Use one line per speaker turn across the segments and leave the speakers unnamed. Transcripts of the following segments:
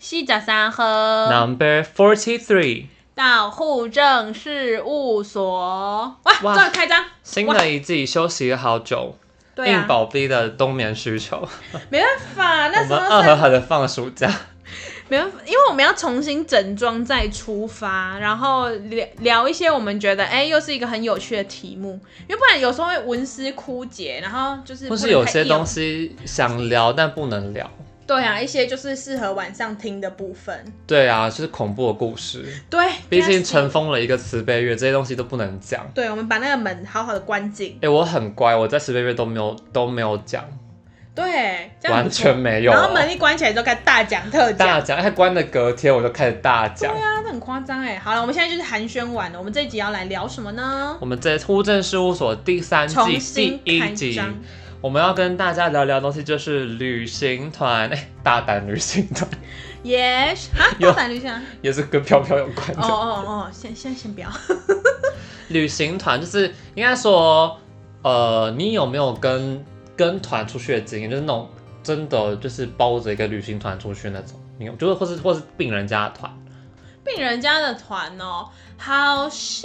西甲三喝
，Number Forty Three，
到户政事务所。哇，
哇
终于开张！
新
哇
的一季休息了好久，
对
应
啊，
宝逼的冬眠需求，
没办法，那
我
时
们
候
恶
是
狠狠的放暑假。
没办法，因为我们要重新整装再出发，然后聊聊一些我们觉得哎、又是一个很有趣的题目，因为不然有时候会文思枯竭，然后就是
或
不
是
能
有
太
些
硬
东西想聊但不能聊。
对啊，一些就是适合晚上听的部分。
对啊，就是恐怖的故事。
对，啊
毕
但是
竟尘封了一个慈悲月，这些东西都不能讲。
对，我们把那个门好好的关紧。
哎、我很乖，我在慈悲月都没有都没有讲，
对，这样
完
不错
全没有哦、
然后门一关起来就开始大讲特讲。
大讲，哎，关的隔天我就开始大讲。
对啊，这很夸张哎。好了，我们现在就是寒暄完了，我们这一集要来聊什么呢？
我们在户政事务所第三季
重
第
新
一
开
集，
张，
我们要跟大家聊聊的东西，就是旅行团，哎、大胆旅行团
yes 啊，
有
大胆旅 行啊。
也是跟飘飘有关的。
哦哦哦，先先先不要。
旅行团就是应该说，呃，你有没有跟跟团出去的经验？就是那种真的就是包着一个旅行团出去那种，你有就是或是或是病人家的团，
病人家的团哦，好像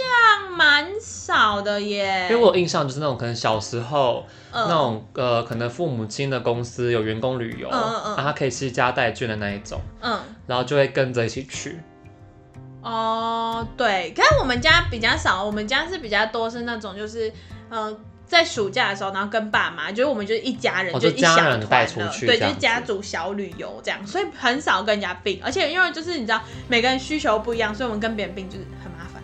蛮少的耶。
因为我有印象就是那种可能小时候那
嗯，
种呃，可能父母亲的公司有员工旅游，
嗯嗯嗯
然后他可以惜家带眷的那一种，
嗯。
然后就会跟着一起去。
哦，对，可是我们家比较少，我们家是比较多是那种就是，呃，在暑假的时候，然后跟爸妈，就是我们就是一家人，
哦
就
就
一
家
小团
人
了，
带出去
对，
这
就
样
是
子
家族小旅游这样，所以很少跟人家并，而且因为就是你知道每个人需求不一样，所以我们跟别人并就是很麻烦。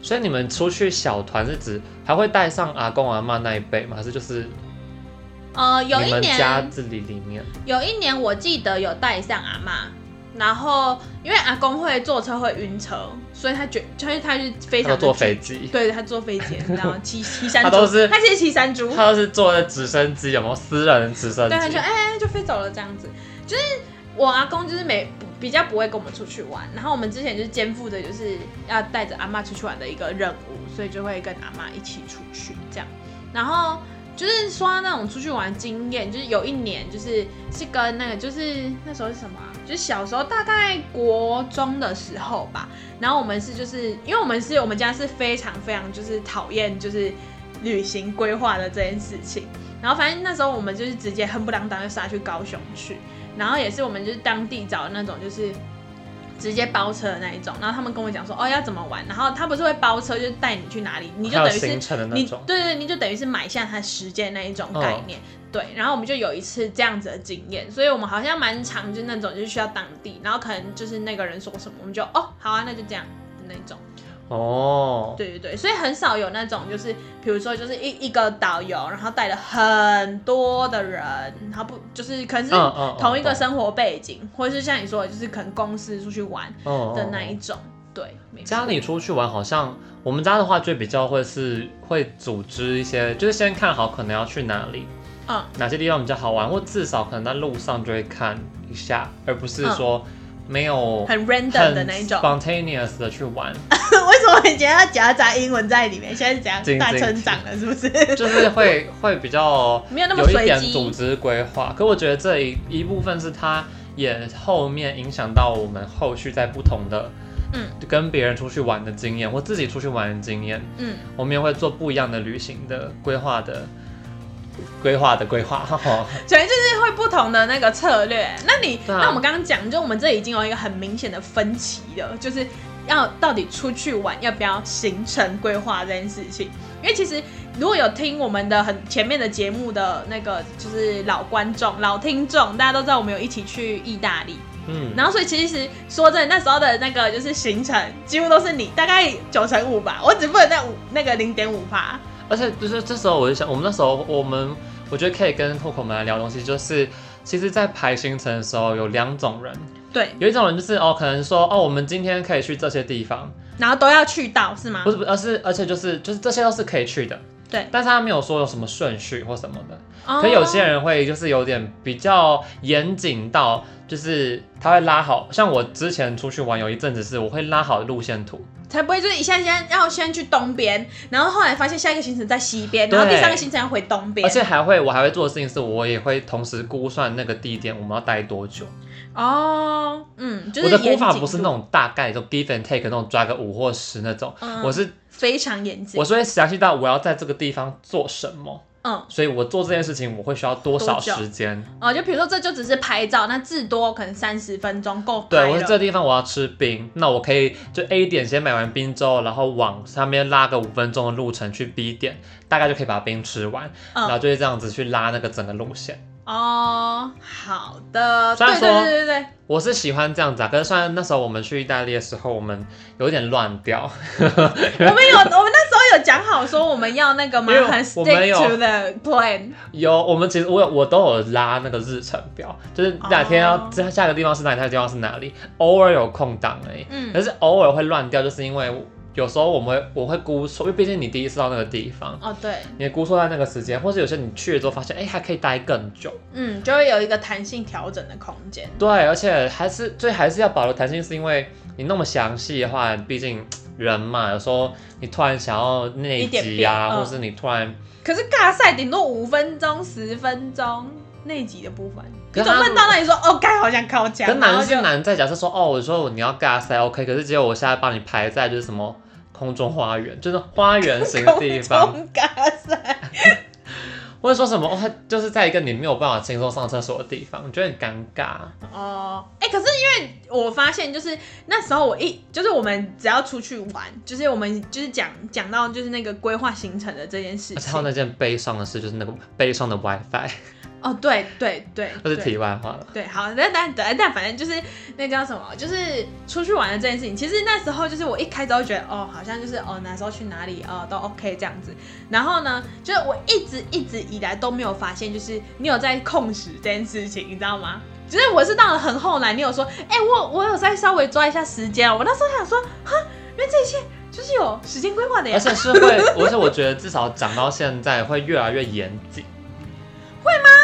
所以你们出去小团是指还会带上阿公阿妈那一辈吗？还是就是
呃，有
你
一
们家
年，
自己里面？
有一年我记得有带上阿妈。然后，因为阿公会坐车会晕车，所以他觉，所以他就非
他
常
都坐
的
飞机，
对他坐飞机，你知道吗？骑骑山
他
猪，
都是
他其实骑山猪，
他都是坐的直升机，有没有私人直升
对，他就
机？
哎、就飞走了这样子。就是我阿公就是没不比较不会跟我们出去玩，然后我们之前就是肩负着就是要带着阿妈出去玩的一个任务，所以就会跟阿妈一起出去这样。然后就是说到那种出去玩经验，就是有一年就是是跟那个就是那时候是什么啊、就是小时候大概国中的时候吧，然后我们是就是因为我们是我们家是非常非常就是讨厌就是旅行规划的这件事情，然后反正那时候我们就是直接恨不当当就杀去高雄去，然后也是我们就是当地找的那种就是。直接包车的那一种，然后他们跟我讲说，哦要怎么玩，然后他不是会包车，就是带你去哪里，你就
还有
等于是
行程的那
你
种。哦
对对，你就等于是买下他时间那一种概念。对，然后我们就有一次这样子的经验，所以我们好像蛮常就那种就是需要当地，然后可能就是那个人说什么，我们就哦好啊，那就这样的那种。
哦，
对对对，所以很少有那种就是比如说就是一一个导游，然后带了很多的人，然后不就是可能是
嗯嗯
同一个
懂
生活背景，或者是像你说的，就是可能公司出去玩
哦
的那一
哦
种。对，没错
家里出去玩好像我们家的话就比较会是会组织一些，就是先看好可能要去哪里，
嗯
哪些地方比较好玩，或至少可能在路上就会看一下，而不是说没有
嗯很 random 的
很
那一种。
spontaneous 的去玩，
为什么以前要夹杂英文在里面？现在是怎样
进
大
进
成长了，是不是？
就是会会比较
没有那么
有一
随
点组
机。
织规划。可我觉得这一一部分是它也后面影响到我们后续在不同的。
嗯，
跟别人出去玩的经验，或自己出去玩的经验，
嗯，
我们也会做不一样的旅行的规划的规划的规划。
所以就是会不同的那个策略。那你，
对啊
那我们刚刚讲，就我们这已经有一个很明显的分歧了，就是要到底出去玩要不要行程规划这件事情。因为其实如果有听我们的很前面的节目的那个就是老观众、老听众，大家都知道我们有一起去意大利。
嗯，
然后所以其实说真的，那时候的那个就是行程几乎都是你，大概九成五吧，我只不能那五那个零点五趴。
而且就是这时候我就想，我们那时候我们我觉得可以跟户口们来聊东西，就是其实，在排行程的时候有两种人，
对，
有一种人就是哦，可能说哦，我们今天可以去这些地方，
然后都要去到是吗
不？是不是，而是而且就是就是这些都是可以去的，
啊对
但是他没有说有什么顺序或什么的。
哦
可有些人会就是有点比较严谨到，就是他会拉好，像我之前出去玩有一阵子是我会拉好路线图，
才不会就是一下先要先去东边，然后后来发现下一个行程在西边，然后
对
第三个行程要回东边
而。且还会，我还会做的事情是，我也会同时估算那个地点我们要待多久。
哦，嗯，就是
我的估
严
法
谨
不是
度
那种大概就 give and take 那种抓个五或十那种，
嗯
我是
非常严谨
我。是会详细到我要在这个地方做什么，
嗯，
所以我做这件事情我会需要多少
多久
时间？
哦，就比如说这就只是拍照，那至多可能三十分钟够拍
对，我
了
是这个地方我要吃冰，那我可以就 A 点先买完冰之后，然后往上面拉个五分钟的路程去 B 点，大概就可以把冰吃完，
嗯
然后就是这样子去拉那个整个路线。
哦，好的，
虽
对
然
对
说
对对对，
我是喜欢这样子啊，可是虽然那时候我们去意大利的时候，我们有点乱掉，
我们有，我们那时候有讲好说我们要那个吗
因为我
很
我们
stick
有
to the plan。
有我们其实我有我都有拉那个日程表，就是哪天要
哦
下下个地方是哪里，下个地方是哪里，偶尔有空档而已。可
嗯，
是偶尔会乱掉，就是因为有时候我们会我会估错，因为毕竟你第一次到那个地方，
哦对，
你估错在那个时间，或是有些你去了之后发现，哎、还可以待更久。
嗯，就会有一个弹性调整的空间。
对，而且还是最还是要保留弹性，是因为你那么详细的话，毕竟人嘛，有时候你突然想要内急啊，
一点变嗯
或是你突然，
可是尬赛顶多五分钟、十分钟内集的部分，
可
你
是
总
他
不能到那里说哦，该好像靠
可
墙，然后
难
就是
难在假设说，哦，我说你要尬塞 OK，可是结果我现在帮你排在就是什么空中花园，就是花园型的地
空
方，
中尬赛。
或者说什么，哦，它就是在一个你没有办法轻松上厕所的地方，你觉得很尴尬。
哦，哎、可是因为我发现，就是那时候我一就是我们只要出去玩，就是我们就是讲讲到就是那个规划行程的这件事
而且还有
情。
那件悲啊伤的事，就是那个悲伤的 WiFi，
哦，对对对，
这是
对
题外话了。
对，好，但但但但反正就是那叫什么，就是出去玩的这件事情。其实那时候就是我一开始都觉得，哦，好像就是哦，哪时候去哪里，哦，都 OK 这样子。然后呢，就是我一直一直以来都没有发现，就是你有在控时这件事情，你知道吗？就是我是到了很后来，你有说，哎、我我有在稍微抓一下时间哦。我那时候想说，哈，因为这一切就是有时间规划的呀哦
而。且 是会，而且我觉得至少长到现在会越来越严谨。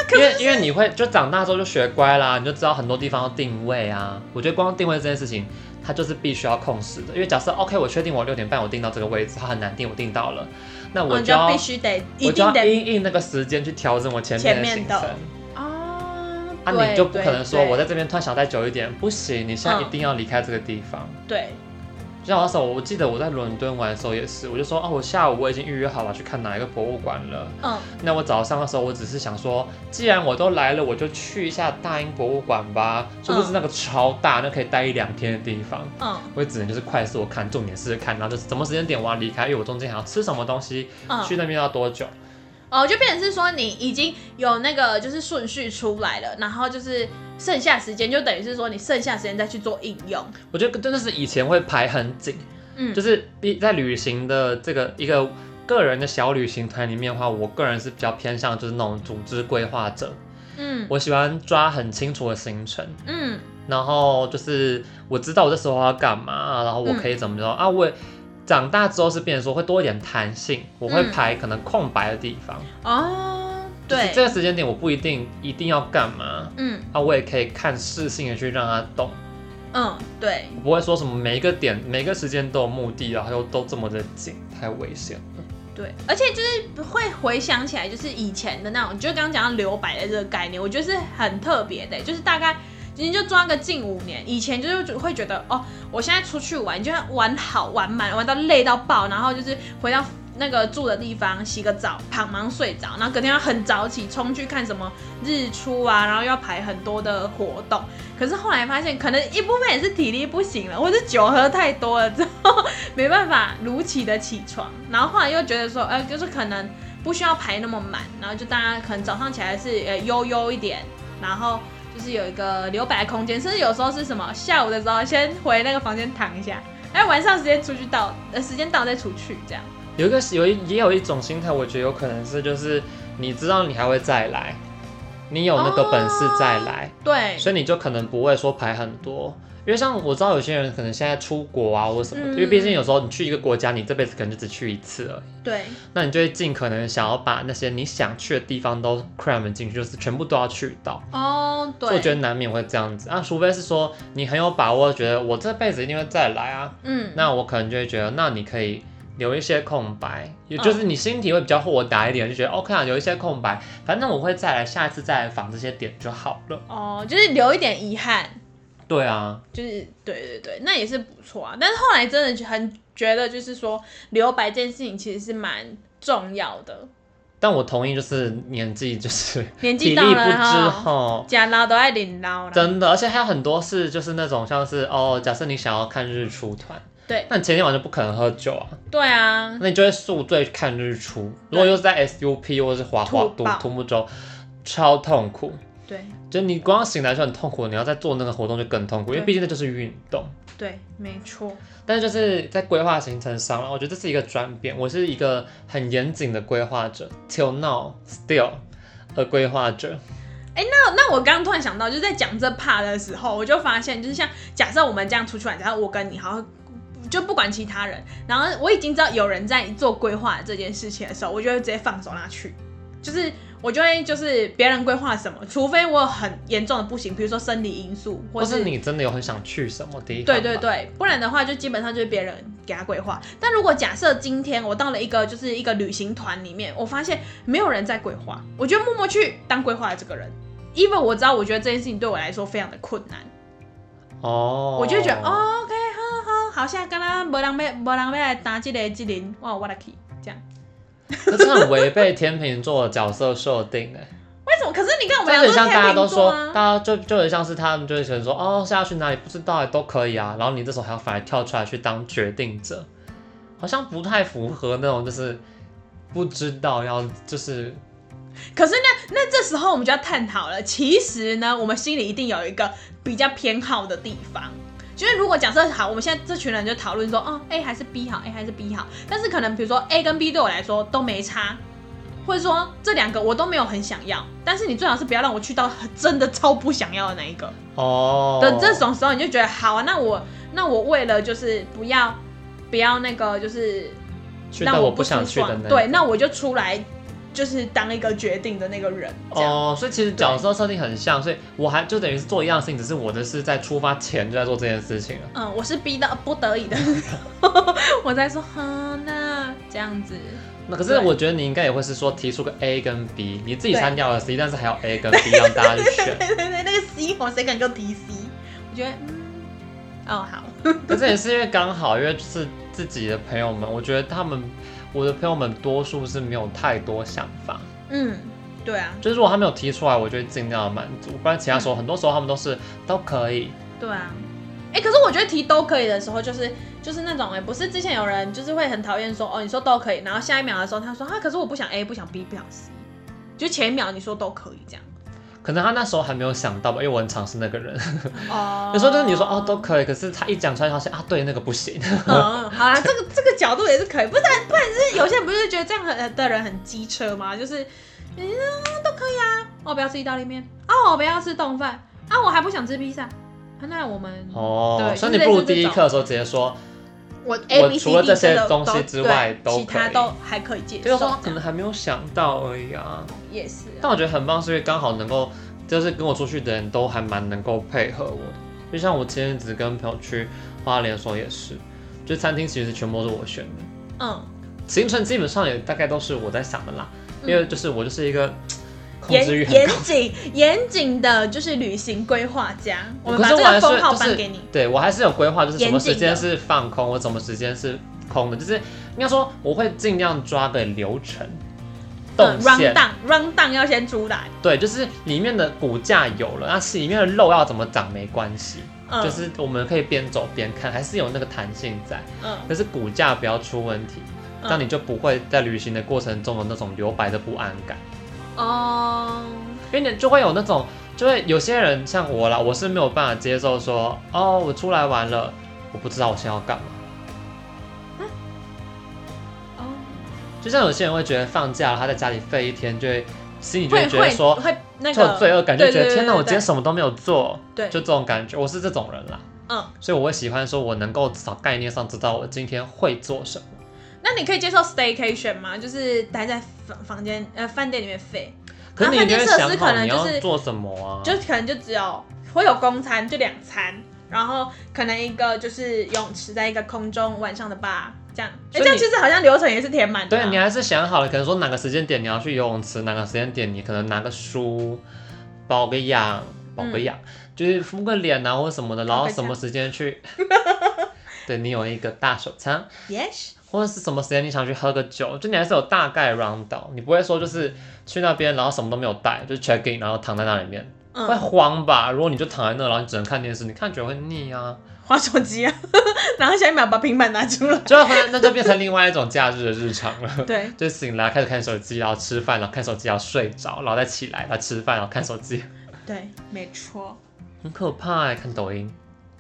可
因
是
为因为你会就长大之后就学乖啦，你就知道很多地方要定位啊。我觉得光定位这件事情，它就是必须要控时的。因为假设 OK，我确定我六点半我定到这个位置，它很难定，我定到了，那我
嗯
就要、
必须得一
我就
定
要
得
因应那个时间去调整我前
前
面的
面
行
的
程。
哦，
啊，
对
你就不可
对
能说我在
对
这边突然想待久一点，不行，你现在一
嗯
定要离开这个地方。
对
就像那时候，我记得我在伦敦玩的时候也是，我就说哦，我下午我已经预约好了去看哪一个博物馆了。
嗯
那我早上的时候，我只是想说，既然我都来了，我就去一下大英博物馆吧，殊不知那个超大，那可以待一两天的地方。
嗯
我也只能就是快速地看，重点是看，然后就是什么时间点我要离开，因为我中间还要吃什么东西，
嗯，
去那边要多久。
哦，就变成是说你已经有那个就是顺序出来了，然后就是剩下时间就等于是说你剩下时间再去做应用。
我觉得真的是以前会排很紧，
嗯，
就是是一在旅行的这个一个个人的小旅行团里面的话，我个人是比较偏向就是那种组织规划者，
嗯
我喜欢抓很清楚的行程，
嗯
然后就是我知道我这时候要干嘛，然后我可以怎么着、啊？我长大之后是变成说会多一点弹性，我会
嗯
排可能空白的地方，
哦，
就是
对，
这个时间点我不一定一定要干嘛
嗯
啊，我也可以看适性的去让它动，
嗯对，
我不会说什么每一个点每一个时间都有目的，然后又都这么的紧，太危险了。
对，而且就是会回想起来，就是以前的那种，就刚刚讲到留白的这个概念，我觉得是很特别的，就是大概。你就抓个近五年，以前就是会觉得哦，我现在出去玩，就算玩好玩满，玩到累到爆，然后就是回到那个住的地方洗个澡，躺忙睡着，然后隔天要很早起冲去看什么日出啊，然后又要排很多的活动。可是后来发现，可能一部分也是体力不行了，或是酒喝太多了之后，没办法如期的起床，然后后来又觉得说，呃，就是可能不需要排那么满，然后就大家可能早上起来是呃悠悠一点，然后就是有一个留白的空间，甚至有时候是什么下午的时候先回那个房间躺一下，哎，晚上时间出去到，呃，时间到再出去这样。
有一个有一也有一种心态，我觉得有可能是就是你知道你还会再来，你有那个本事再
哦
来，
对，
所以你就可能不会说排很多。因为像我知道有些人可能现在出国啊或什么的，因为毕
嗯
竟有时候你去一个国家，你这辈子可能就只去一次而已，
对，
那你就会尽可能想要把那些你想去的地方都 cram 进去，就是全部都要去到。
哦，对，
所以我觉得难免会这样子啊，除非是说你很有把握，觉得我这辈子一定会再来啊，
嗯，
那我可能就会觉得，那你可以留一些空白，也
嗯
就是你心体会比较豁达一点，就觉得 OK 啊，留一些空白，反正我会再来，下一次再来访这些点就好了。
哦，就是留一点遗憾，
对啊，
就是对对对，那也是不错啊。但是后来真的就很觉得，就是说留白这件事情其实是蛮重要的。
但我同意，就是年纪就是
年纪
体力
到
不
了
支
哈，
吼，
假捞都爱领捞了。
真的，而且还有很多事就是那种像是哦，假设你想要看日出团，
对
那你前天晚上就不可能喝酒啊，
对啊，
那你就会宿醉看日出。如
对
果又是在 SUP 或者是滑滑
吐
独
爆
独木舟，超痛苦。
对
就你光醒来就很痛苦，你要再做那个活动就更痛苦，因为
对
毕竟那就是运动。
对，没错。
但是就是在规划行程上啦，我觉得这是一个转变。我是一个很严谨的规划者，till now still a 规划者。
那那我刚刚突然想到，就是在讲这 part 的时候，我就发现，就是像假设我们这样出去玩，然后我跟你好像。就不管其他人，然后我已经知道有人在做规划这件事情的时候，我就会直接放手让他去，就是我就会就是别人规划什么，除非我有很严重的不行，比如说生理因素，或
或是你真的有很想去什么地方？
对对，对，不然的话就基本上就是别人给他规划。但如果假设今天我到了一个就是一个旅行团里面，我发现没有人在规划，我就默默去当规划的这个人。even 我知道，我觉得这件事情对我来说非常的困难，
哦，
我就会觉得哦，OK，好好好，现在刚刚没人要没人要来打这个技能，哇，我的 key 这样。
可是很违背天秤座的角色设定哎，
为什么？可是你看 我
就
们俩
很
是
像大家
天
都
秤
说
座，啊，
大家就就很像是他们就会觉得说，哦，是要去哪里不知道哎，都可以啊，然后你这时候还要反而跳出来去当决定者，好像不太符合那种就是不知道要就是
可是呢，那这时候我们就要探讨了。其实呢，我们心里一定有一个比较偏好的地方。就是如果假设好，我们现在这群人就讨论说，哦，A 还是 B 好，A 还是 B 好。但是可能比如说 A 跟 B 对我来说都没差，或者说这两个我都没有很想要。但是你最好是不要让我去到真的超不想要的那一个。
哦
的这种时候，你就觉得好啊，那我那我为了就是不要不要那个就是
去
让
到我
不
不想
舒
去的
爽
那
对，
种
那我就出来就是当一个决定的那个人这样。
哦，所以其实角色设定很像，所以我还就等于是做一样的事情，只是我的是在出发前就在做这件事情了。
嗯，我是逼到不得已 的，我在说，哈，那这样子，
那可是
对
我觉得你应该也会是说提出个 A 跟 B，你自己
对
删掉了 C，但是还有 A 跟 B 让大家去
对
选。
对对，那个 C 我谁敢跟我提 C？我觉得，嗯，哦好，
可是也是因为刚好，因为就是自己的朋友们，我觉得他们我的朋友们多数是没有太多想法，
嗯，对啊，
就是如果他没有提出来，我就会尽量地满足，不然其他时候很多时候他们都是都可以。
对啊，哎、可是我觉得提都可以的时候，就是就是那种哎、不是之前有人就是会很讨厌说，哦，你说都可以，然后下一秒的时候他说，啊，可是我不想 A，不想 B，不想 C，就前一秒你说都可以这样，
可能他那时候还没有想到吧，因为我很常是那个人。
哦
有时候就是你说哦都可以，可是他一讲出来，他说啊对那个不行。
嗯，好啦，这个这个角度也是可以，不然不然就是有些人不是觉得这样很的人很机车吗？就是嗯都可以啊，我不要吃意大利面，哦我不要吃冻饭，啊我还不想吃披萨，啊那我们、
哦，
对
所以
就
你
是
不如
类似这
第一
种
课的时候直接说，
我 A B C
除了
D
这些
真的
东西
都
之外
对
都
其他
可以
都还可以接
就是
受，
说哦可能还没有想到而已啊。
也是啊、
但我觉得很棒，是因为刚好能够，就是跟我出去的人都还蛮能够配合我的。就像我前阵子跟朋友去花莲的时候也是，就餐厅其实全部都是我选的，
嗯，
行程基本上也大概都是我在想的啦。
嗯
因为就是我就是一个控制欲
严
很
严
高，
谨严谨的就是旅行规划家，我们
可
把
是
这
我还
个
是
封号
就是
颁给你，
对我还是有规划，就是什么
严谨
时间
的
是放空，我什么时间是空的，就是应该说我会尽量抓个流程动
嗯
线。
，round down round down 要先出来，
对，就是里面的骨架有了，那是里面的肉要怎么长没关系，
嗯，
就是我们可以边走边看，还是有那个弹性在。
嗯，
可是骨架不要出问题，这样你就不会在旅行的过程中有那种留白的不安感，
哦。
因为你就会有那种，就会有些人像我啦，我是没有办法接受说，哦，我出来玩了，我不知道我现在要干嘛。
哦
就像有些人会觉得放假了，他在家里废一天就会心里就
会
会觉得
会
说
会那
这种
个
罪恶感，就
对
觉
对
得
对
天哪，
对
我今天
对
什么都没有做，
对，
就这种感觉，我是这种人啦，
嗯，
所以我会喜欢说，我能够至少概念上知道我今天会做什么。
那你可以接受 staycation 吗？就是待在房房间呃饭店里面费，
可是你
啊饭
就
店
会
设施
想
可
好
能
你
就
要
是
做什么啊？
就可能就只有会有公餐，就两餐，然后可能一个就是泳池，在一个空中晚上的吧，这样。哎、
所以
这样
你
其实好像流程也是填满的、啊
对你还是想好了，可能说哪个时间点你要去游泳池，哪个时间点你可能拿个书，保个养，保个养，就是敷个脸啊或什么的，然
嗯保
后
个
什么
养
时间 去，对你有一个大手仓，
Yes，
或者是什么时间你想去喝个酒，就你还是有大概 round 到，你不会说就是去那边然后什么都没有带，就 check in 然后躺在那里面，会
嗯，
慌吧？如果你就躺在那，然后你只能看电视，你看久了会腻啊，
划手机啊， 然后下一秒把平板拿出来。
就会那就变成另外一种假日的日常了。
对，
就醒来开始看手机，然后吃饭，然后看手机，然后睡着，然后再起来，然后吃饭，然后看手机，
对，没错。
很可怕哎！看抖音。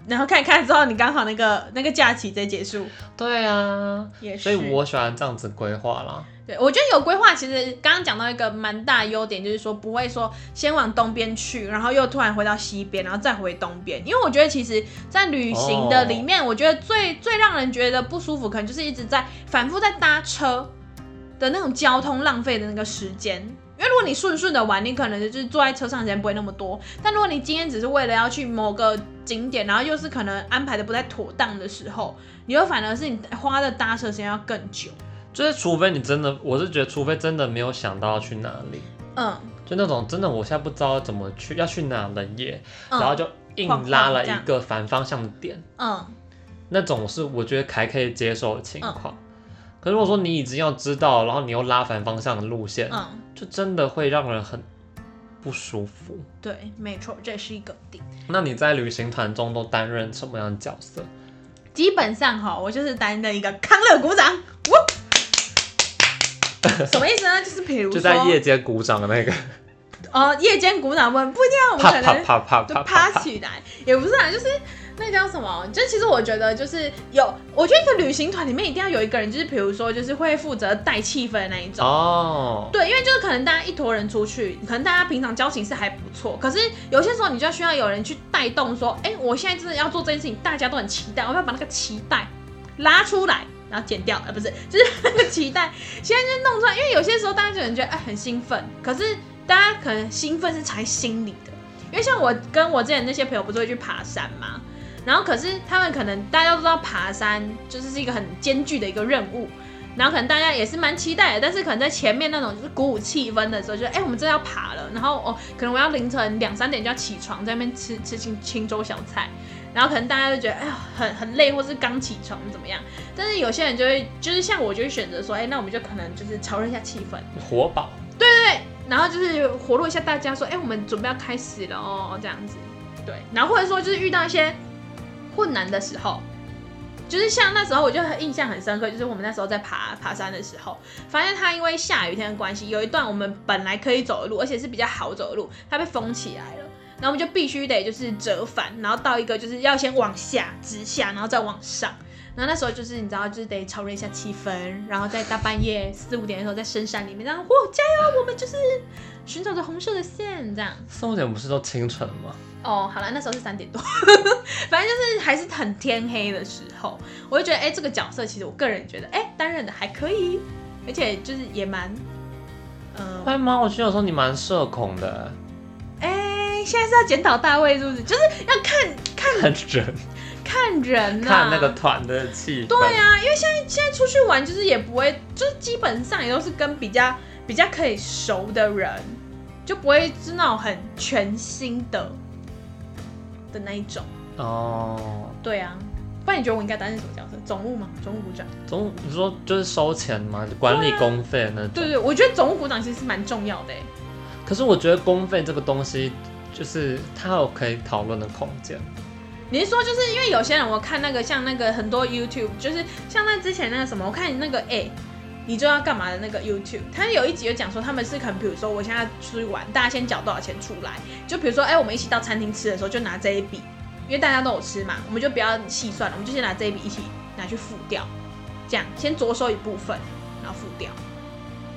然后看一看之后，你刚好那个那个假期再结束，
对啊，
也是。
所以我喜欢这样子规划啦。
对，我觉得有规划，其实刚刚讲到一个蛮大的优点，就是说不会说先往东边去，然后又突然回到西边，然后再回东边。因为我觉得其实，在旅行的里面，我觉得最最让人觉得不舒服，可能就是一直在反复在搭车的那种交通浪费的那个时间。因为如果你顺顺的玩，你可能就是坐在车上的时间不会那么多。但如果你今天只是为了要去某个景点，然后又是可能安排的不太妥当的时候，你又反而是你花的搭车时间要更久。
就是除非你真的，我是觉得除非真的没有想到要去哪里，
嗯，
就那种真的我现在不知道怎么去，要去哪了耶，
嗯
然后就硬
晃晃
拉了
这样
一个反方向的点，
嗯。
那种是我觉得还可以接受的情况。可是如果说你已经要知道，然后你又拉反方向的路线，
嗯，
就真的会让人很不舒服。
对，没错，这是一个点。
那你在旅行团中都担任什么样的角色？
基本上哈，我就是担任一个康乐鼓掌，我什么意思呢？就是比如
就
说，
在夜间鼓掌的那个，
呃夜间鼓掌，我们不一定要我们
啪啪
可能
啪啪
就
啪
趴
啪，
起来，也不是啊，就是那叫什么？就其实我觉得就是有，我觉得一个旅行团里面一定要有一个人，就是比如说就是会负责带气氛的那一种。
哦，
对，因为就是可能大家一坨人出去，可能大家平常交情是还不错，可是有些时候你就需要有人去带动，说，哎、我现在真的要做这件事情，大家都很期待，我要把那个期待拉出来，然后剪掉，呃，不是，就是那个期待，现在就弄嗯出来，因为有些时候大家就可能觉得，哎、很兴奋，可是大家可能兴奋是藏在心里的，因为像我跟我之前那些朋友不是会去爬山吗？然后可是他们可能大家都知道爬山就是是一个很艰巨的一个任务，然后可能大家也是蛮期待的，但是可能在前面那种就是鼓舞气氛的时候，就是哎、我们真的要爬了，然后哦，可能我要凌晨两三点就要起床，在那边吃吃青青州小菜，然后可能大家就觉得哎呀很很累，或是刚起床怎么样，但是有些人就会就是像我就会选择说，哎、那我们就可能就是炒热一下气氛，
活宝，
对，然后就是活络一下大家，说，哎、我们准备要开始了哦，这样子，对，然后或者说就是遇到一些困难的时候，就是像那时候我就很印象很深刻，就是我们那时候在爬爬山的时候，发现它因为下雨天的关系，有一段我们本来可以走的路，而且是比较好走的路，它被封起来了。然后我们就必须得就是折返，然后到一个就是要先往下直下，然后再往上。然后那时候就是你知道，就是得炒热一下气氛，然后在大半夜四五点的时候在深山里面，然后哇加油，我们就是寻找着红色的线这样。
重点不是都清晨吗？
哦，好了，那时候是三点多， 反正就是还是很天黑的时候，我就觉得哎、这个角色其实我个人觉得哎担、任的还可以，而且就是也蛮，呃，
会哎吗？我觉得有时候你蛮社恐的，
哎、现在是要检讨大卫是不是？就是要看
看人，
看人啊呐、
看那个团的气氛。
对啊，因为现在现在出去玩，就是也不会，就是基本上也都是跟比较比较可以熟的人，就不会是那种很全新的的那一种。
哦，
对啊，不然你觉得我应该担任什么角色？总务吗？总务股长？
总你说就是收钱嘛，管理公费那种。
对对，我觉得总务股长其实是蛮重要的欸。
可是我觉得公费这个东西，就是它有可以讨论的空间。
你是说，就是因为有些人，我看那个像那个很多 YouTube，就是像那之前那个什么，我看那个哎、你就要干嘛的那个 YouTube，他有一集有讲说他们是可能，比如说我现在出去玩，大家先缴多少钱出来，就比如说哎、我们一起到餐厅吃的时候就拿这一笔，因为大家都有吃嘛，我们就不要细算了，我们就先拿这一笔一起拿去付掉，这样先着手一部分，然后付掉，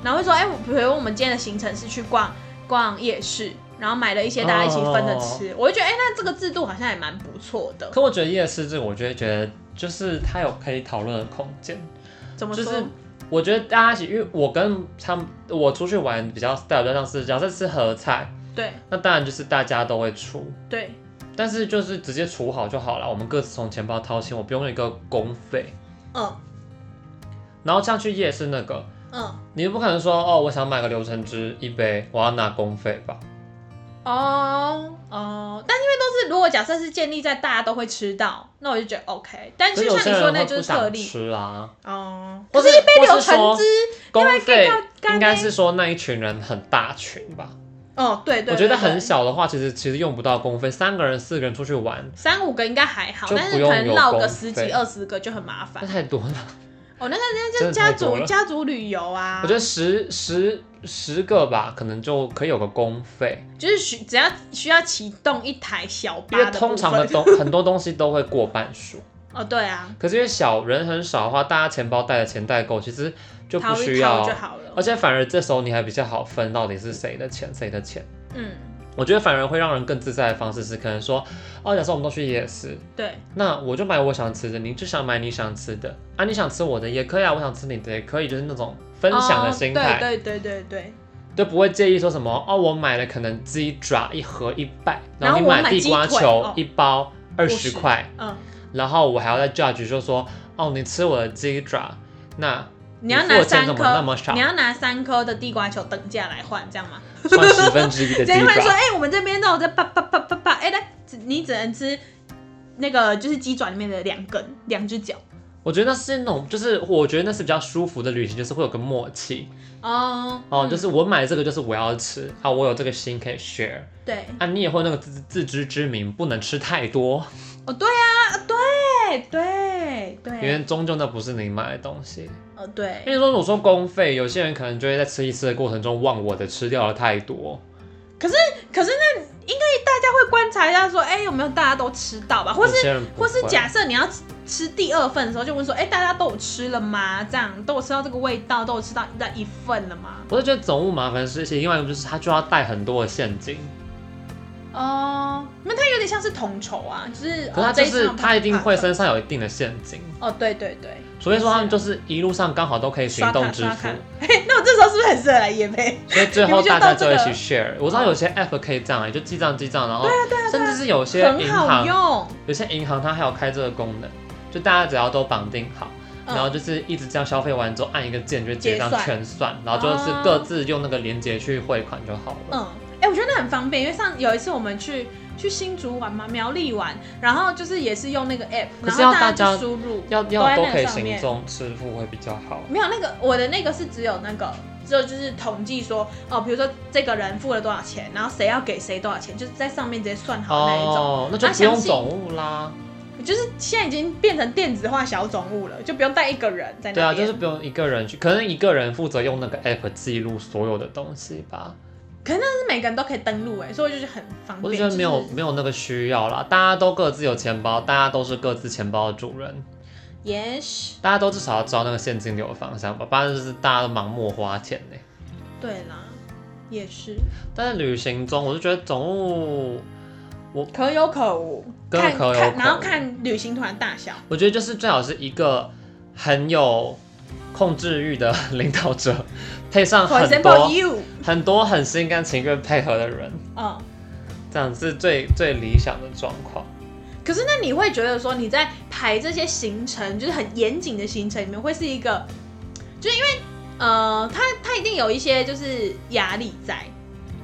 然后会说哎、我比如我们今天的行程是去逛逛夜市，然后买了一些大家一起分着吃，我就觉得哎、那这个制度好像也蛮不错的。
可我觉得夜市这个，我就会觉得就是它有可以讨论的空间，
怎么
就
说？
是我觉得大家一起，因为我跟他们，我出去玩比较代表像是，假设吃合菜，
对
那当然就是大家都会出，
对
但是就是直接除好就好了，我们各自从钱包掏钱，我不用一个公费。
嗯
然后像去夜市那个，
嗯
你不可能说哦，我想买个柳橙汁一杯，我要拿公费吧？
哦哦，但因为都是如果假设是建立在大家都会吃到，那我就觉得 OK。但
可
就是
有
像
些
你说
人
那
会
就
不
是特
想
例
吃啊，
哦，
或
可
是
是一杯
或
柳
是说
橙汁，
公
另外可以
费
干干
应该
杯
是说那一群人很大群吧？
哦对对，
我觉得
对对
很小的话，其实其实用不到公费，三个人、四个人出去玩，
三五个应该还好，
就
但是
不用
可能
有
绕
公
个十
费
几二十个就很麻 烦
那。太多了。
哦，那个那
真
就
的
家
太多
族
了
家族旅游啊，
我觉得十十十个吧，可能就可以有个公费，
就是需只要需要启动一台小
因
巴
为
的
通
部
常的
分
东很多东西都会过半数。
哦，对啊，
可是因为小人很少的话，大家钱包带的钱带够，其实就不
掏
需
一掏
要，
就好了
而。且反而这时候你还比较好分到底是谁的钱，谁的钱。
嗯，
我觉得反而会让人更自在的方式是，可能说，哦，假设我们都去夜市，
对，
那我就买我想吃的，你就想买你想吃的啊，你想吃我的也可以啊，我想吃你的也可以，就是那种分享的
哦
心态，
对对对对对，
就不会介意说什么哦，我买了可能鸡爪一盒一百，
然后
你
我
买
买
地
鸡
瓜
腿
球
哦
一包二十
50
块，
嗯，
然后我还要再 judge 就说哦，你吃我的鸡爪，那
你要
你
拿
付的钱
三
怎么那么
颗，
少
你要拿三颗的地瓜球等价来换，这样吗？
算十分之一的鸡
直接会说，
爪，
哎、我们 这边都有在啪啪啪啪啪，哎、那只你只能吃那个就是鸡爪里面的两根两只脚。
我觉得那是那种就是我觉得那是比较舒服的旅行，就是会有个默契
哦
哦，
嗯
就是我买这个就是我要吃啊，我有这个心可以 share
对，
啊，你也会那个自自知之明，不能吃太多，
哦，对啊，对对对，
因为终究那不是你买的东西。
哦对，
因为说我说公费，有些人可能就会在吃一吃的过程中忘我的吃掉了太多，
可是那应该大家会观察一下，说，哎、有没有大家都吃到吧？或
有
是
些人不
或
会
是假设你要吃吃第二份的时候，就问说，哎、大家都有吃了吗？这样都有吃到这个味道，都有吃到那一份了吗？
我是觉得总务麻烦的事情，另外一个就是他就要带很多的现金，
哦、那它有点像是统筹啊，就是，
可是他
哦这
就
一
是
趟
他一定会
怕的
身上有一定的现金，
哦，对对对，
除非说他们就是一路上刚好都可以行
刷
动
卡
支
刷
付
卡，。 嘿，那我这时候是不是很适合来夜配？
所以最
你
后
们就
大家
到
就
这
会
个哦啊
一起 share。我知道有些 app 可以这样、欸就记账记账，然后甚至是有些
很
银
好
行，
用，
有些银行它还有开这个功能，就大家只要都绑定好。然后
嗯、
就是一直这样消费完之后按一个键就结账
结算
全算，然后就是各自用那个连接去汇款就好了。
嗯，哎、我觉得那很方便，因为上有一次我们去去新竹玩嘛，苗栗玩，然后就是也是用那个 app，
可
然
是要
后
大
大
家
就输入，
要
都
要
在
都
那
可以
上
行
面
动支付会比较好。
没有那个我的那个是只有那个，只有就是统计说哦，比如说这个人付了多少钱，然后谁要给谁多少钱，就是在上面直接算好的那一种。
哦，那就
那
不用
详细
总务啦。
就是现在已经变成电子化小总务了，就不用带一个 人在那边。
对啊，就是不用一个人去，可能一个人负责用那个 app 记录所有的东西吧。
但是每个人都可以登录哎，所以我就是很方便。
我就觉得没有
就是
没有那个需要啦，大家都各自有钱包，大家都是各自钱包的主人，
yes，
大家都至少要知道那个现金流的方向吧，不然就是大家都盲目花钱呢、
对啦，也是
但是旅行中，我就觉得总务
可有可无，
真的
看
可有
看
可无
然后看旅行团大小。
我觉得就是最好是一个很有控制欲的领导者， 配上
For
很
example
多
you，
很多很心甘情愿配合的人，
嗯，
这样是最最理想的状况。
可是那你会觉得说你在排这些行程，就是很严谨的行程里面，会是一个，就是因为呃，他他一定有一些就是压力在，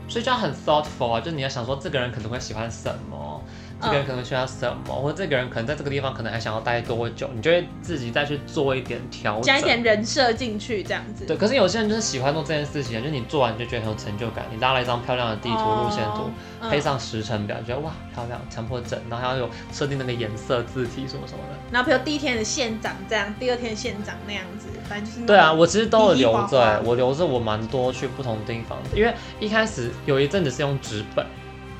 所以就要很 thoughtful 啊，就是你要想说这个人可能会喜欢什么，
嗯
这个人可能喜欢什么，或者这个人可能在这个地方可能还想要待多久，你就会自己再去做一点调整
加一。点人设进去这样子。
对，可是有些人就是喜欢做这件事情，就是你做完就觉得很有成就感，你拉了一张漂亮的地图、路线图，
嗯
配上时辰表，觉得哇漂亮，强迫症，然后还要有设定那个颜色、字体什么什么的。
然后比如第一天的县长这样，第二天县长那样子，反正就是那种
对啊，我其实都有留着、欸
花花
我留着我蛮多去不同地方的，因为一开始有一阵子是用纸本，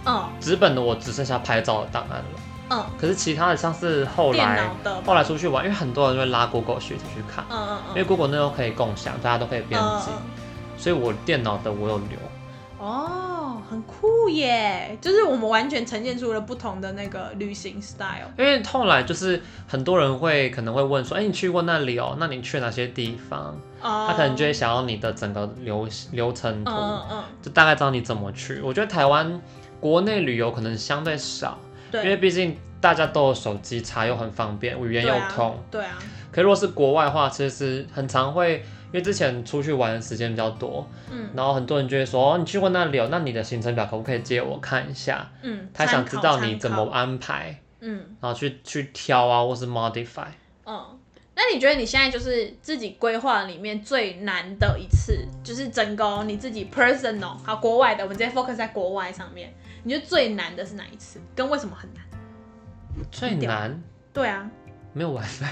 嗯
纸本的我只剩下拍照的档案了，
嗯，
可是其他的像是后
电
来
脑的，
后来出去玩，因为很多人就会拉 Google 学习去看，
嗯嗯
因
嗯，
为 Google 那都可以共享，大家都可以编
嗯
辑，
嗯
所以我电脑的我有留，
嗯哦。很酷耶！就是我们完全呈现出了不同的那个旅行 style。
因为后来就是很多人会可能会问说，哎、你去过那里哦？那你去哪些地方？
哦
他可能就会想要你的整个流流程图，
嗯嗯，
就大概知道你怎么去。我觉得台湾国内旅游可能相对少，因为
对，
毕竟大家都有手机查，又很方便，语言又
对啊
通。
对啊，
可是如果是国外的话，其实很常会，因为之前出去玩的时间比较多，
嗯
然后很多人就会说，哦，你去过那里哦，那你的行程表可不可以借我看一下？
嗯，
他想知道你怎
参
么
考，
安排，
嗯
然后去去挑啊，或是 modify。
嗯。那你觉得你现在就是自己规划里面最难的一次，就是整个你自己 personal 好国外的，我们直接 focus 在国外上面，你觉得最难的是哪一次？跟为什么很难？
最难
对啊，
没有 WiFi，、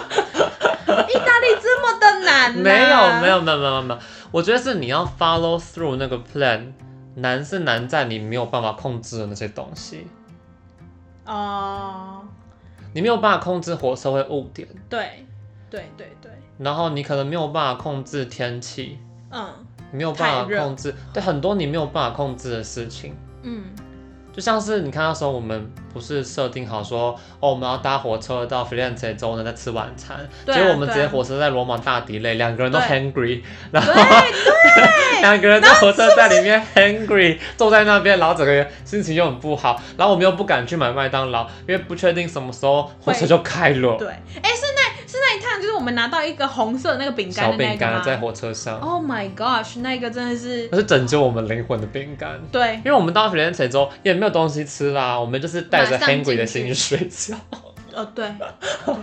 意大利这么的难、啊？
没有没有没有没有没有，我觉得是你要 follow through 那个 plan，难是难在你没有办法控制的那些东西，
哦，
你没有办法控制火车会误点，
对对对对，
然后你可能没有办法控制天气，
嗯
你没有办
太
法
热
控制，对很多你没有办法控制的事情。
嗯
就像是你看那时候我们不是设定好说，哦，我们要搭火车到 Firenze 之后呢再吃晚餐，
对啊
结果我们直
对
接
啊
火车在罗马大迪累，两个人都
对
hungry，然后
对
两个人在火车站里 面 hungry，坐在那边，然后整个人心情又很不好，然后我们又不敢去买麦当劳，因为不确定什么时候火车就开了，
对，哎、是那是那一趟，就是我们拿到一个红色的那个饼
小
干的那
饼
个
干在
吗
火车上，
？Oh my gosh，那个真的是
那是拯救我们灵魂的饼干。
对，
因为我们到 Firenze 之后也没有东西吃啦，我们就是带着
马上进
hungry 的
去
心去睡觉。
呃对， 对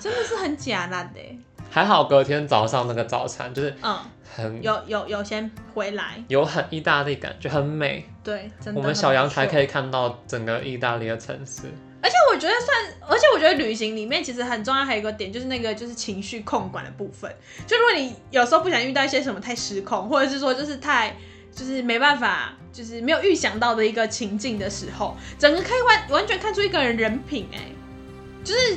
真的是很假烂的欸，
还好隔天早上那个早餐就是
嗯，
很
有有有先回来，
有很意大利感觉，很美。
对，真的。
我们小阳台可
以，
以看到整个意大利的城市。
而且我觉得算，而且我觉得旅行里面其实很重要，还有一个点就是那个就是情绪控管的部分。就如果你有时候不想遇到一些什么太失控，或者是说就是太就是没办法，就是没有预想到的一个情境的时候，整个可以完完全看出一个人人品、哎，就是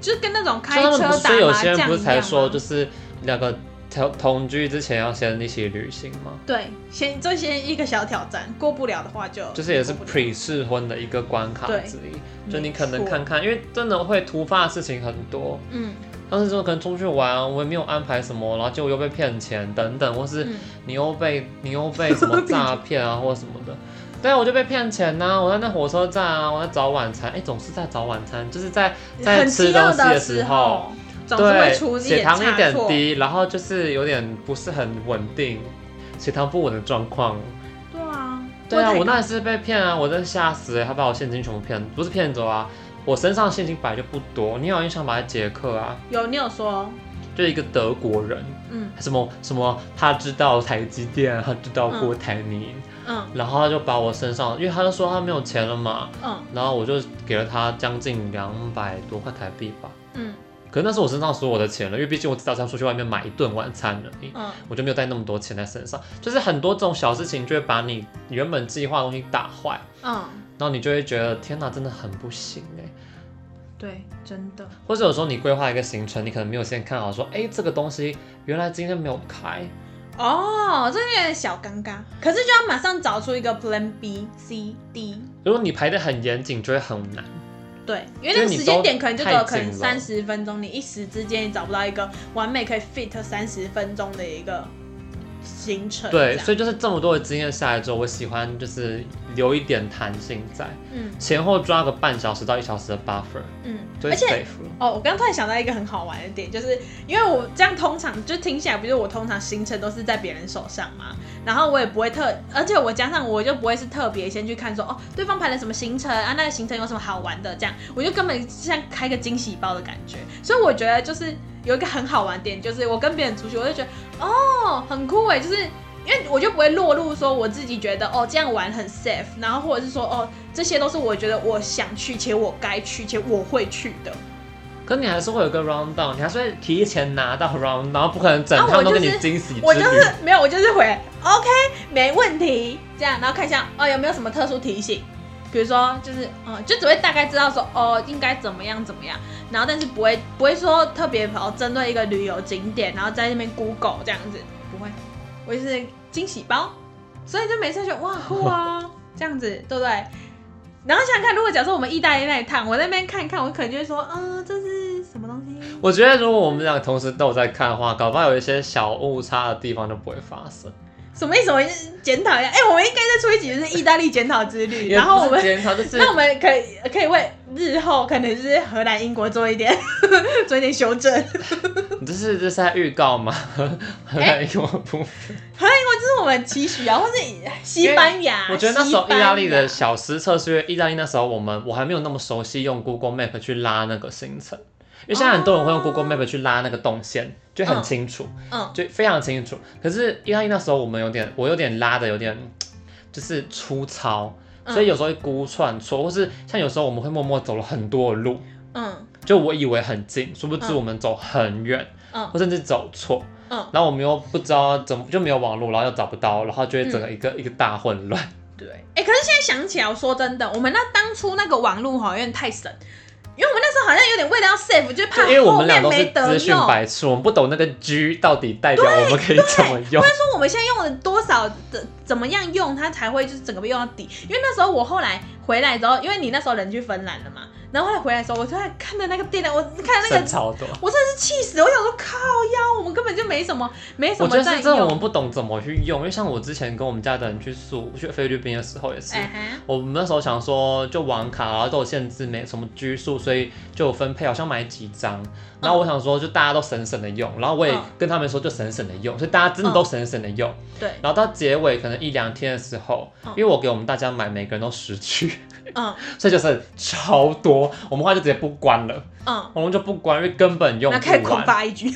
就是跟那种开
像他
车
们
打
不是有
麻
些
将
人
一样
不是才说，就是是两个同同居之前要先一起旅行吗？
对，先这先一个小挑战，过不了的话就
就是也是
过不了
pre 试婚的一个关卡
哦对
之一，
没
就你可能看看，因为真的会突发的事情很多，
嗯
当时就可能出去玩，我也没有安排什么，然后结果又被骗钱等等，或是
嗯
你又被你又被什么诈骗啊，或者什么的。对，啊我就被骗钱呐、我在那火车站啊，我在找晚餐，哎，总是在找晚餐，就是在在
很
吃
饥
东
饿
西的
的
时
时
候，
候，总是会出
对，
一
血
点
糖
差
一点
错。
低，然后就是有点不是很稳定，血糖不稳的状况。
对啊，
对啊，
会太
我那一次被骗啊，我真的吓死了，他把我现金全部骗，不是骗走啊，我身上现金本来就不多，你好像想买捷克啊，
有你有说，
就一个德国人，
嗯
什么什么，他知道台积电，他知道郭台铭，
嗯
然后他就把我身上，因为他就说他没有钱了嘛，
嗯
然后我就给了他将近两百多块台币吧，
嗯
可是那是我身上所有的钱了，因为毕竟我只打算出去外面买一顿晚餐而已，
嗯，
我就没有带那么多钱在身上，就是很多这种小事情就会把你原本计划的东西打坏，
嗯，
然后你就会觉得天哪，真的很不行哎、
对，真的，
或者有时候你规划一个行程，你可能没有先看好说，哎，这个东西原来今天没有开，
哦，这有点小尴尬，可是就要马上找出一个 Plan B、C、D，
如果你排得很严谨，就会很难。
对，因为
就
那
是
个
你
时间
都
点可能就只
太
有可
紧了
能三十分钟，你一时之间也找不到一个完美可以 fit 三十分钟的一个行程，
对，所
以
以就是这么多的经验下来之后，我喜欢就是留一点弹性在，
嗯
前后抓个半小时到一小时的 buffer，
嗯，
就
而
会
且
safe 了。
哦，我刚刚突然想到一个很好玩的点，就是因为我这样通常就听起来，不是我通常行程都是在别人手上嘛，然后我也不会特，而且我加上我就不会是特别先去看说哦，对方排了什么行程啊，那个行程有什么好玩的这样，我就根本像开个惊喜包的感觉，所以我觉得就是有一个很好玩的点，就是我跟别人出去，我就觉得哦很酷哎，就是。因为我就不会落入说我自己觉得哦这样玩很 safe，然后或者是说哦这些都是我觉得我想去且我该去且我会去的，
可你还是会有个 round down，你还是会提前拿到 round，然后不可能整
啊我
趟都
就
给你
是
惊喜之旅。
我就是没有，我就是回 OK，没问题，这样，然后看一下哦有没有什么特殊提醒，比如说就是嗯，就只会大概知道说哦应该怎么样怎么样，然后但是不会不会说特别哦针对一个旅游景点，然后在那边 Google 这样子，不会，我就是惊喜包，所以就每次就哇酷哦，这样子对不对？然后想想看，如果假设我们意大利那一趟，我在那边看一看，我可能就会说，嗯、这是什么东西？
我觉得如果我们俩同时都有在看的话，搞不好有一些小误差的地方就不会发生。
什么意思？我检讨一下。哎、我们应该再出一集就是意大利检讨之旅， 然后我们
检讨就是
那我们可以可以为日后可能就是荷兰、英国做一点 做一点修正。
你这是这是在预告吗？ 哎，我
啊
不，
荷兰、英国就是我们期许啊，或是西班牙。
我觉得那时候
西班
意
牙
大利的小失策是因为意大利那时候我们我还没有那么熟悉用 Google Map 去拉那个行程，因为现在很多人会用 Google Map 去拉那个动线，就很清楚，
嗯
就非常清楚。可是意大利那时候我们有点，我有点拉的有点就是粗糙，
嗯
所以有时候会估算错，或是像有时候我们会默默走了很多的路，
嗯
就我以为很近，殊不知
嗯
我们走很远，
嗯
或甚至走错，
嗯，
然后我们又不知道怎么就没有网络，然后又找不到，然后就会整个一个、
嗯
一个大混 乱。
对。哎、可是现在想起来，我说真的，我们那当初那个网络好像有点太神，因为我们那时候好像有点为了要 save，就怕
就因为我
后
们俩
面
都是
没得
资讯
用。
白痴，我们不懂那个 G 到底代表我们可以怎么用
或。者说我们现在用了多少的怎么样用它才会就是整个用到底？因为那时候我后来回来之后，因为你那时候人去芬兰了嘛，然后后来回来的时候，我突然看的那个电脑，我看 那
省
个。
超多。
我真的是气死！我想说靠腰，我们根本就没什么，没什
我
么
觉得
在
是真的，我
用
们。不懂怎么去用，因为像我之前跟我们家的人去宿去菲律宾的时候也是，
哎
我们那时候想说就网卡，然后都有限制，没什么拘束，所以就有分配，好像买几张。然后我想说就大家都省省的用，然后我也
嗯
跟他们说就省省的用，所以大家真的都省省的用。
哈，对，
然后到结尾可能一两天的时候
嗯，
因为我给我们大家买，每个人都十去，
嗯
所以就是超多，我们后来就直接不关了。
嗯，
我们就不关，因为根本用
那可以
不
狂
完。
发一句，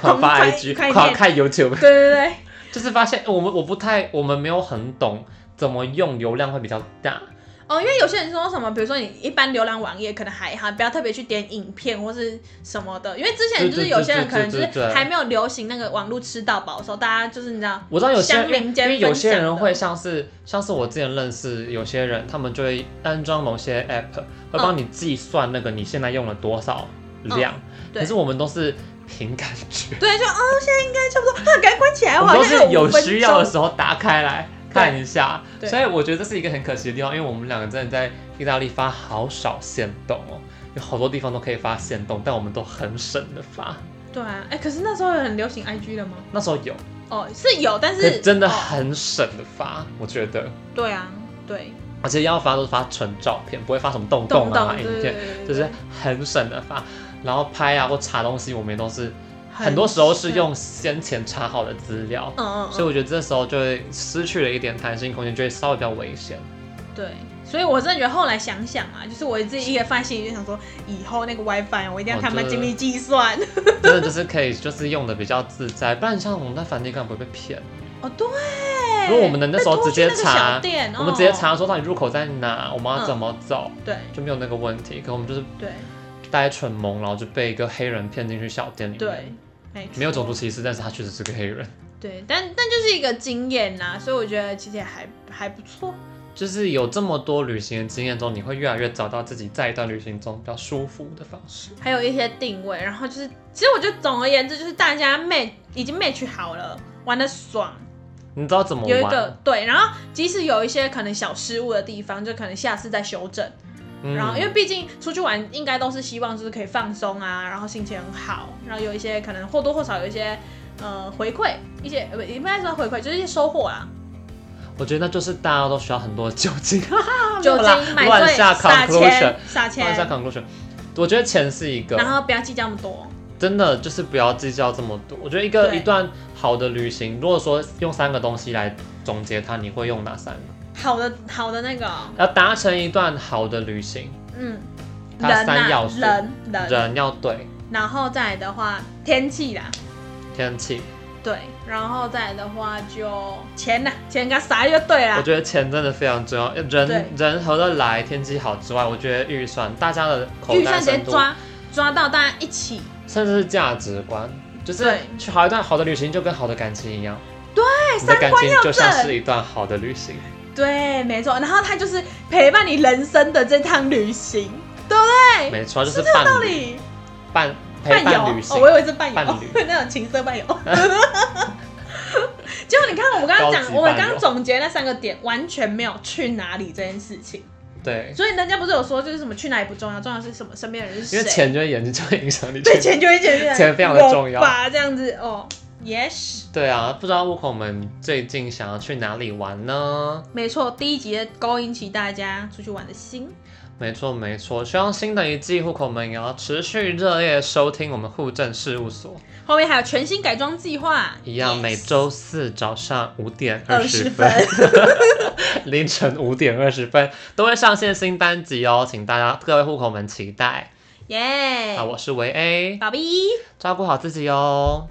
狂发
狂
IG，
看
狂
看
看 YouTube，
对对对，
就是发现我们我不太，我们没有很懂怎么用流量会比较大。
哦，因为有些人说什么，比如说你一般浏览网页可能还好，不要特别去点影片或是什么的，因为之前就是有些人可能就
对对对对
是
对
还没有流行那个网络吃到饱的时候，大家就是你知道，
我知道有些人，
乡
因为
民
因
间
为有些
分享
人
的
会像是像是我之前认识有些人，他们就会安装某些 app，会
嗯
帮你计算那个你现在用了多少量。
对
可是我们都是凭感觉，
对，就哦，现在应该差不多，啊，赶快关起来，
我
我
们
好
都
像还
是有
五分
需要的
钟
时候打开来看一下。
对对
所以我觉得这是一个很可惜的地方，因为我们两个真的在意大利发好少限动哦，有好多地方都可以发限动，但我们都很省的发。
对啊，哎、可是那时候有很流行 IG 了吗？
那时候有，
哦，是有，但
可
是
是嗯真的
哦
很省的发，我觉得，
对啊，对，
而且要发都是发纯照片，不会发什么动
动
动
不
啊、
动对
影
对对
片，
对，
就是很省的发。然后拍啊或查东西，我们也都是很多时候是用先前查好的资料，
嗯，嗯嗯，
所以我觉得这时候就会失去了一点弹性空间，就会稍微比较危 险。
对，所以我真的觉得后来想想啊，就是我自己一个放心里就想说，以后那个 WiFi 我一定要
哦
他妈
对
精密计算。
真的就是可以，就是用的比较自在，不然像我们在梵蒂冈不会被骗。
哦，对，
如果我们能那时候
被拖去
直接
那个
查
小店
我们直接，
哦
查说到底入口在哪，我们要怎么走，
对
就没有那个问题。可我们就是
对
呆蠢萌，然后就被一个黑人骗进去小店里面。
对，没
没有种
错
族歧视，但是他确实是个黑人，
对，但但就是一个经验啦，所以我觉得其实也还还不错。
就是有这么多旅行的经验中，你会越来越找到自己在一段旅行中比较舒服的方式。
还有一些定位，然后就是，其实我觉得总而言之就是大家 match 已经 match 好了，玩的爽，
你知道怎么玩？
有一个对，然后即使有一些可能小失误的地方，就可能下次再修正。
嗯
然后因为毕竟出去玩应该都是希望就是可以放松啊，然后心情很好，然后有一些可能或多或少有一些呃回馈，一些呃不应该说回馈，就是一些收获啊啦。
我觉得那就是大家都需要很多酒精， 啊没有
酒
啦
精买
乱
醉，
下
撒
conclusion，
钱，撒
放下
钱，
conclusion。我觉得钱是一个，
然后不要计较那么多。
真的就是不要计较这么多。我觉得一个
对
一段好的旅行，如果说用三个东西来总结它，你会用哪三个？
好的，好的那个哦，
要达成一段好的旅行，
嗯，
它
人
三
呐
要，素
人人，
人要对，
然后再来的话天气啦，
天气。
对，然后再来的话就钱呐，钱该啥就对
我
啦。
觉得钱真的非常重要，
对
人人合得来，天气好之外，我觉得预算，大家的口
预
袋
算直接
深度，
抓抓到大家一起，
甚至是价值观，就是
对
去好一段好的旅行，就跟好的感情一样。
对，
你的感情就像
正
是一段好的旅行。
对，没错。然后它就是陪伴你人生的这趟旅行，对不对？
没错，就是是
哎这个道
伴侣
理。
伴陪
伴
伴
游
旅
哦，
行
我。以为是伴游，
伴侣
那种情色伴游。结果你看，我们刚
高
刚讲，
级
我们
伴
刚
游
刚总结那三个点，完全没有去哪里这件事情。
对，
所以人家不是有说，就是什么去哪里不重要，重要是什么身边的人是谁。
因为钱就会严重影响你去。
对钱就会钱
钱非常的重要
吧？这样子哦，yes，
对啊，不知道户口们最近想要去哪里玩呢？
没错，第一集的勾引起大家出去玩的心。
没错没错，希望新的一季户口们也要持续热烈收听我们户政事务所，
后面还有全新改装计划，
一样每周四早上五点二十
20
分
分，
凌晨五点二十分都会上线新单集哦，请大家各位户口们期待。
耶
那，我是维 A，
宝贝。
照顾好自己哦。